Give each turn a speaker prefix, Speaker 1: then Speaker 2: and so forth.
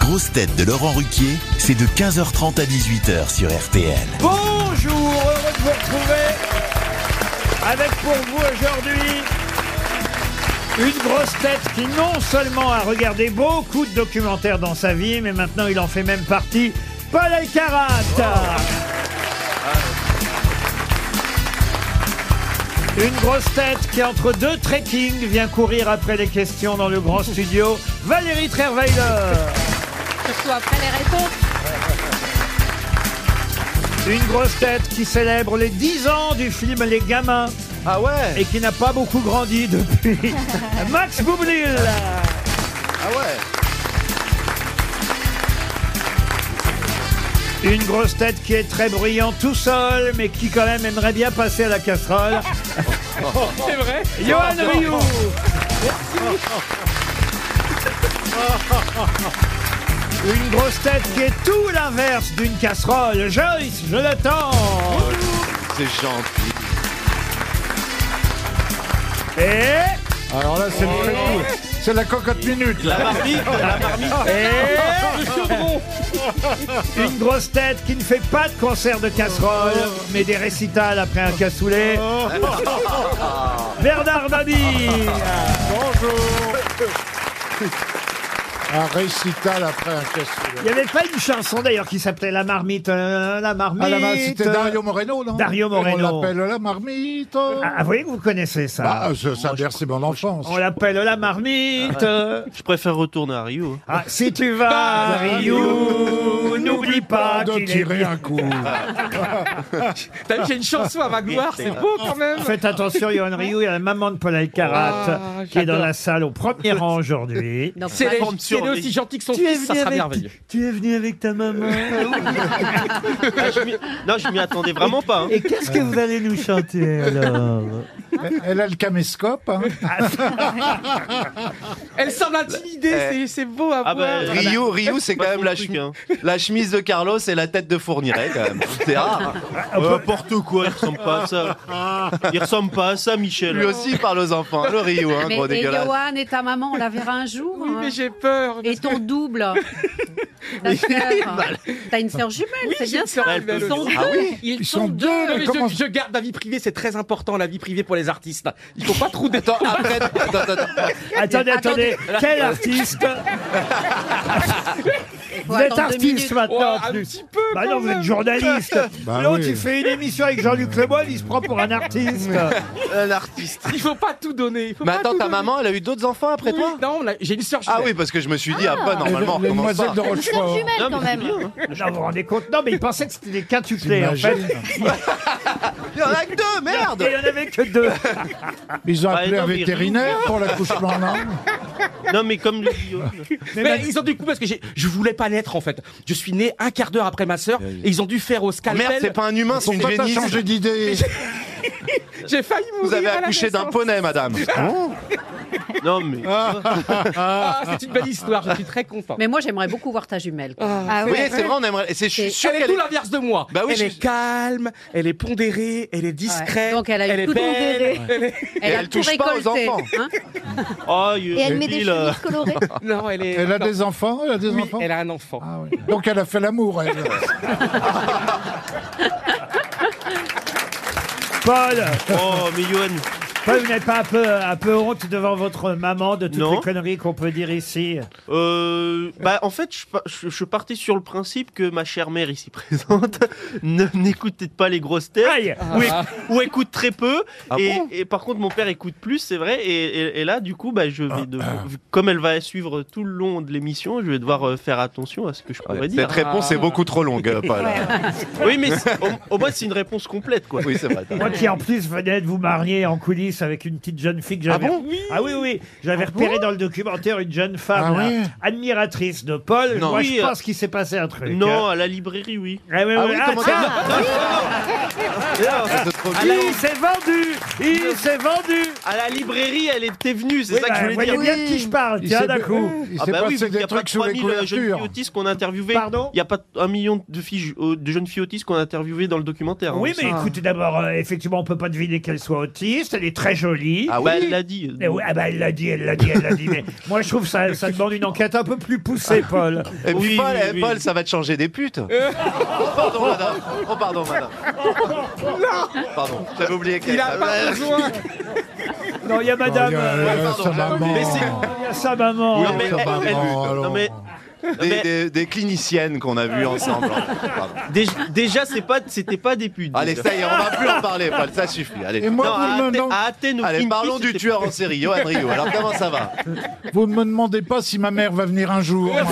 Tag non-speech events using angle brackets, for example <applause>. Speaker 1: grosses têtes de Laurent Ruquier, c'est de 15h30 à 18h sur RTL.
Speaker 2: Bonjour, heureux de vous retrouver avec pour vous aujourd'hui une grosse tête qui non seulement a regardé beaucoup de documentaires dans sa vie, mais maintenant il en fait même partie, Paul Elkarat. Une grosse tête qui entre deux trekking vient courir après les questions dans le grand studio, Valérie Trierweiler.
Speaker 3: Surtout après les réponses.
Speaker 2: Une grosse tête qui célèbre les 10 ans du film Les Gamins. Ah ouais Et qui n'a pas beaucoup grandi <laughs> depuis. Max Boublil Ah ouais Une grosse tête qui est très bruyant tout seul, mais qui quand même aimerait bien passer à la casserole. <laughs>
Speaker 4: C'est vrai
Speaker 2: Johan Rioux Une grosse tête qui est tout l'inverse d'une casserole. Joyce, je l'attends.
Speaker 5: C'est gentil.
Speaker 2: Et...
Speaker 6: Alors là, c'est
Speaker 2: Oh
Speaker 6: le
Speaker 2: là.
Speaker 6: fait tout. C'est la cocotte minute. là.
Speaker 2: Et- Une grosse tête qui ne fait pas de concert de casserole, mais des récitals après un cassoulet. Bernard Mabille Bonjour
Speaker 6: Un récital après un cassoulet.
Speaker 2: Il n'y avait pas une chanson d'ailleurs qui s'appelait La marmite, euh, la marmite.
Speaker 6: Ah, la mar- c'était
Speaker 2: euh,
Speaker 6: Dario Moreno, non
Speaker 2: Dario Moreno.
Speaker 6: On l'appelle la marmite.
Speaker 2: Ah, vous voyez que vous connaissez ça.
Speaker 6: Bah, euh, ça, ça berce mon enfance.
Speaker 2: On l'appelle la marmite.
Speaker 6: Ah,
Speaker 2: euh.
Speaker 5: Je préfère retourner à Rio. hein.
Speaker 2: Ah, si tu vas à Rio, n'oublie pas
Speaker 6: de
Speaker 2: qu'il est
Speaker 6: tirer
Speaker 2: bien.
Speaker 6: un coup.
Speaker 4: T'as vu, j'ai une chanson à ma gloire, c'est beau quand même
Speaker 2: Faites attention, Yohan Ryu, il y a la maman de Paul Alcarat
Speaker 4: Ah,
Speaker 2: qui est dans
Speaker 4: j'adore.
Speaker 2: la salle au premier rang
Speaker 4: <laughs>
Speaker 2: aujourd'hui.
Speaker 3: Non,
Speaker 4: C'est
Speaker 3: pas-
Speaker 4: les- c'est les aussi gentil que son
Speaker 7: Tu es
Speaker 4: fils, ça
Speaker 7: venu
Speaker 4: sera
Speaker 7: avec,
Speaker 4: merveilleux.
Speaker 7: tu es venu avec ta maman.
Speaker 5: Ah, je m'y- non, je m'y attendais vraiment pas. hein.
Speaker 7: Et qu'est-ce que vous allez nous chanter <laughs> alors
Speaker 6: Elle a le caméscope. hein.
Speaker 4: Elle semble intimidée,
Speaker 8: Eh.
Speaker 4: c'est- c'est beau à
Speaker 5: Ah bah,
Speaker 4: voir.
Speaker 5: Rio,
Speaker 8: Rio, Rio, <laughs> c'est hein. quand même la, chemi- la chemise de Carlos et la tête de Fourniret, quand <laughs> même. C'est rare.
Speaker 5: N'importe quoi, il ressemble pas à ça. Il ressemble pas à ça,
Speaker 8: Lui
Speaker 5: Michel.
Speaker 8: aussi, il parle aux enfants. Le Rio, hein,
Speaker 3: Mais
Speaker 8: gros
Speaker 3: et
Speaker 8: dégueulasse.
Speaker 3: Johan et ta maman, on la verra un jour.
Speaker 4: Oui,
Speaker 3: hein.
Speaker 4: mais j'ai peur.
Speaker 3: Et ton
Speaker 4: <laughs>
Speaker 3: double. Ta sœur. T'as une sœur jumelle,
Speaker 4: Oui,
Speaker 3: c'est
Speaker 4: j'ai
Speaker 3: bien
Speaker 4: une sœur
Speaker 3: ça.
Speaker 4: jumelle
Speaker 3: Ils sont
Speaker 4: aussi.
Speaker 3: deux.
Speaker 8: Ah oui
Speaker 6: Ils sont deux.
Speaker 4: Non, mais
Speaker 6: mais comment-
Speaker 4: je, je garde la vie privée, c'est très important, la vie privée pour les artistes. Il faut pas trop de
Speaker 8: <laughs> Attends, après. Attends, attends, attends.
Speaker 2: Attendez, attendez, quel artiste Vous
Speaker 3: Faut
Speaker 2: êtes
Speaker 3: attendre deux
Speaker 2: artiste
Speaker 3: minutes.
Speaker 4: Oh,
Speaker 2: maintenant en
Speaker 4: un
Speaker 2: plus.
Speaker 4: petit peu
Speaker 2: Bah
Speaker 4: quand
Speaker 2: non, vous
Speaker 4: même.
Speaker 7: <laughs>
Speaker 2: êtes journaliste.
Speaker 6: Bah
Speaker 2: L'autre,
Speaker 6: oui.
Speaker 2: il fait une émission avec Jean-Luc Lemoyne, il se prend pour un
Speaker 6: <laughs>
Speaker 2: artiste.
Speaker 8: <laughs> Un artiste.
Speaker 4: Il faut pas tout donner. il faut
Speaker 8: Mais
Speaker 4: pas
Speaker 8: attends,
Speaker 4: tout
Speaker 8: ta
Speaker 4: donner.
Speaker 8: maman, elle a eu d'autres enfants après
Speaker 4: Oui,
Speaker 8: toi
Speaker 4: Non, là, j'ai une sœur
Speaker 8: Ah
Speaker 4: jumelle.
Speaker 8: oui, parce que je Ah. me suis dit, après, normalement, on
Speaker 6: les
Speaker 8: recommence
Speaker 6: demoiselles
Speaker 8: pas.
Speaker 6: de Rochefort.
Speaker 5: Non, mais c'est
Speaker 9: quand même.
Speaker 5: bien, hein.
Speaker 2: Non, vous vous rendez compte Non, mais il pensait que c'était des quintuplés en fait.
Speaker 6: T'imagines
Speaker 8: Il y en a que deux,
Speaker 2: Et il
Speaker 8: merde
Speaker 2: n'y en avait que deux.
Speaker 6: Ils ont
Speaker 5: Bah,
Speaker 6: appelé
Speaker 5: non,
Speaker 6: un
Speaker 5: mais
Speaker 6: vétérinaire pour l'accouchement, non
Speaker 5: Non, mais comme euh, le Guillaume.
Speaker 4: Mais, ils ont du coup parce que j'ai- je voulais pas naître en fait. Je suis né un quart d'heure après ma sœur et ils ont dû faire au scalpel.
Speaker 8: Oh, Merde, c'est pas un humain, c'est une
Speaker 6: Pourquoi t'as
Speaker 8: génisse.
Speaker 6: changé d'idée
Speaker 4: J'ai failli mourir.
Speaker 8: Vous avez
Speaker 4: à la
Speaker 8: accouché d'un
Speaker 4: naissance.
Speaker 8: poney, madame.
Speaker 5: Non, mais.
Speaker 4: Ah, c'est une belle histoire. Je suis très content.
Speaker 3: Mais moi, j'aimerais beaucoup voir ta jumelle.
Speaker 9: Ah
Speaker 8: Oui,
Speaker 9: ouais.
Speaker 8: c'est vrai, on aimerait. Et c'est je suis
Speaker 3: Elle
Speaker 8: sûr
Speaker 4: Elle est
Speaker 8: qu'elle
Speaker 4: tout
Speaker 8: est.
Speaker 4: l'inverse de moi.
Speaker 8: Bah oui,
Speaker 4: elle
Speaker 8: je-
Speaker 4: est calme, elle est pondérée, elle est discrète.
Speaker 3: Ouais. Donc, elle a eu
Speaker 4: est
Speaker 3: tout
Speaker 4: belle.
Speaker 3: pondéré.
Speaker 4: elle est-
Speaker 3: Elle, a
Speaker 8: elle
Speaker 3: tout
Speaker 8: touche pas aux
Speaker 3: récolté.
Speaker 8: enfants.
Speaker 3: hein.
Speaker 5: Oh, il
Speaker 9: Et elle met des chemises colorées.
Speaker 4: Non, elle est.
Speaker 6: Elle a
Speaker 4: non.
Speaker 6: des enfants Elle a des
Speaker 4: Oui,
Speaker 6: enfants
Speaker 4: elle a un enfant.
Speaker 6: Ah oui. Donc elle a fait l'amour, elle.
Speaker 2: Paul,
Speaker 5: Oh, mais Johan.
Speaker 2: Paul, vous n'êtes pas un peu, un peu honte devant votre maman de toutes
Speaker 5: Non.
Speaker 2: les conneries qu'on peut dire ici
Speaker 5: Euh, bah, en fait, je, pa- je- je partais sur le principe que ma chère mère ici présente <laughs> ne- n'écoute peut-être pas les grosses têtes.
Speaker 2: Aïe
Speaker 5: Ou, éc- ou écoute très peu.
Speaker 8: Ah
Speaker 5: et,
Speaker 8: bon
Speaker 5: et par contre, mon père écoute plus, c'est vrai. Et, et- et là, du coup, bah, je vais devoir- vu- comme elle va suivre tout le long de l'émission, je vais devoir euh, faire attention à ce que je pourrais dire.
Speaker 8: <laughs> Cette réponse est beaucoup trop longue, euh, <laughs> Paul.
Speaker 5: Oui, mais c'est- au, au moins, c'est une réponse complète, quoi.
Speaker 8: Oui, c'est vrai. t'as
Speaker 2: Moi qui en plus venais de vous marier en coulisses avec une petite jeune fille que j'avais. Ah, oui oui, J'avais repéré dans le documentaire une jeune femme
Speaker 6: Ah
Speaker 2: là,
Speaker 6: oui
Speaker 2: admiratrice de Paul.
Speaker 5: Non.
Speaker 2: Moi
Speaker 5: Oui,
Speaker 2: je
Speaker 5: euh,
Speaker 2: pense qu'il s'est passé un truc.
Speaker 5: Non,
Speaker 2: hein.
Speaker 5: à la librairie, oui.
Speaker 2: Ah, oui,
Speaker 8: Ah
Speaker 2: oui.
Speaker 8: oui,
Speaker 2: Ah,
Speaker 8: comment
Speaker 2: tiens,
Speaker 8: ça-
Speaker 5: Et là,
Speaker 8: C'est trop
Speaker 2: il s'est vendu Il s'est vendu
Speaker 5: à la librairie, elle était venue, c'est
Speaker 2: Oui,
Speaker 5: ça que
Speaker 2: bah,
Speaker 5: je voulais
Speaker 2: voyez
Speaker 5: dire.
Speaker 2: bien de qui je parle, tiens,
Speaker 6: s'est-
Speaker 2: d'un coup.
Speaker 6: Il
Speaker 5: Ah
Speaker 6: s'est
Speaker 5: bah oui,
Speaker 6: passé
Speaker 5: vu qu'il n'y
Speaker 6: des
Speaker 5: a pas euh,
Speaker 6: trucs sur les
Speaker 5: 3000 jeunes filles
Speaker 6: couvertures.
Speaker 5: autistes qu'on a interviewées.
Speaker 2: Pardon
Speaker 5: Il n'y a pas un million de, filles, euh, de jeunes filles autistes qu'on a interviewées dans le documentaire. hein.
Speaker 2: Oui, mais écoutez, d'abord, euh, effectivement, on peut pas deviner qu'elle soit autiste. Elle est très jolie.
Speaker 8: Ah
Speaker 5: Bah,
Speaker 8: oui
Speaker 5: elle l'a dit.
Speaker 2: Eh oui, ah bah, elle l'a dit, elle l'a dit, elle l'a dit. Mais moi, je trouve ça, ça demande une enquête un peu plus poussée, Paul.
Speaker 8: Et puis
Speaker 5: Oui,
Speaker 8: Paul,
Speaker 5: oui,
Speaker 8: eh,
Speaker 5: oui. Euh.
Speaker 8: Paul, ça va te changer des putes. oh pardon madame. Oh pardon madame. Pardon, j'avais oublié qu'elle.
Speaker 4: Il a pas besoin.
Speaker 2: Non, il y a madame.
Speaker 6: Oh,
Speaker 2: euh,
Speaker 6: euh,
Speaker 8: pardon,
Speaker 6: sa
Speaker 8: j'avais
Speaker 6: maman.
Speaker 5: oublié. Mais
Speaker 2: il y a sa maman.
Speaker 5: Non, mais
Speaker 8: ça
Speaker 5: elle-
Speaker 8: va,
Speaker 5: elle-
Speaker 6: non,
Speaker 5: non,
Speaker 6: alors.
Speaker 5: mais
Speaker 8: Des,
Speaker 5: Mais-
Speaker 8: des- des cliniciennes qu'on a vues ensemble. Pardon.
Speaker 5: dé- déjà, c'est pas, c'était pas des putes.
Speaker 8: Allez,
Speaker 5: déjà.
Speaker 8: ça y est, on va plus en parler, Paul, ça suffit. Allez,
Speaker 6: Et moi,
Speaker 5: Non, à
Speaker 6: vous, me,
Speaker 5: Athé-
Speaker 6: non,
Speaker 5: à Athènes, au
Speaker 8: Allez
Speaker 5: Kinky,
Speaker 8: parlons du
Speaker 5: c'était-
Speaker 8: tueur en série, Johan Rio. Alors comment ça va
Speaker 6: vous ne me demandez pas si ma mère va venir un jour. moi.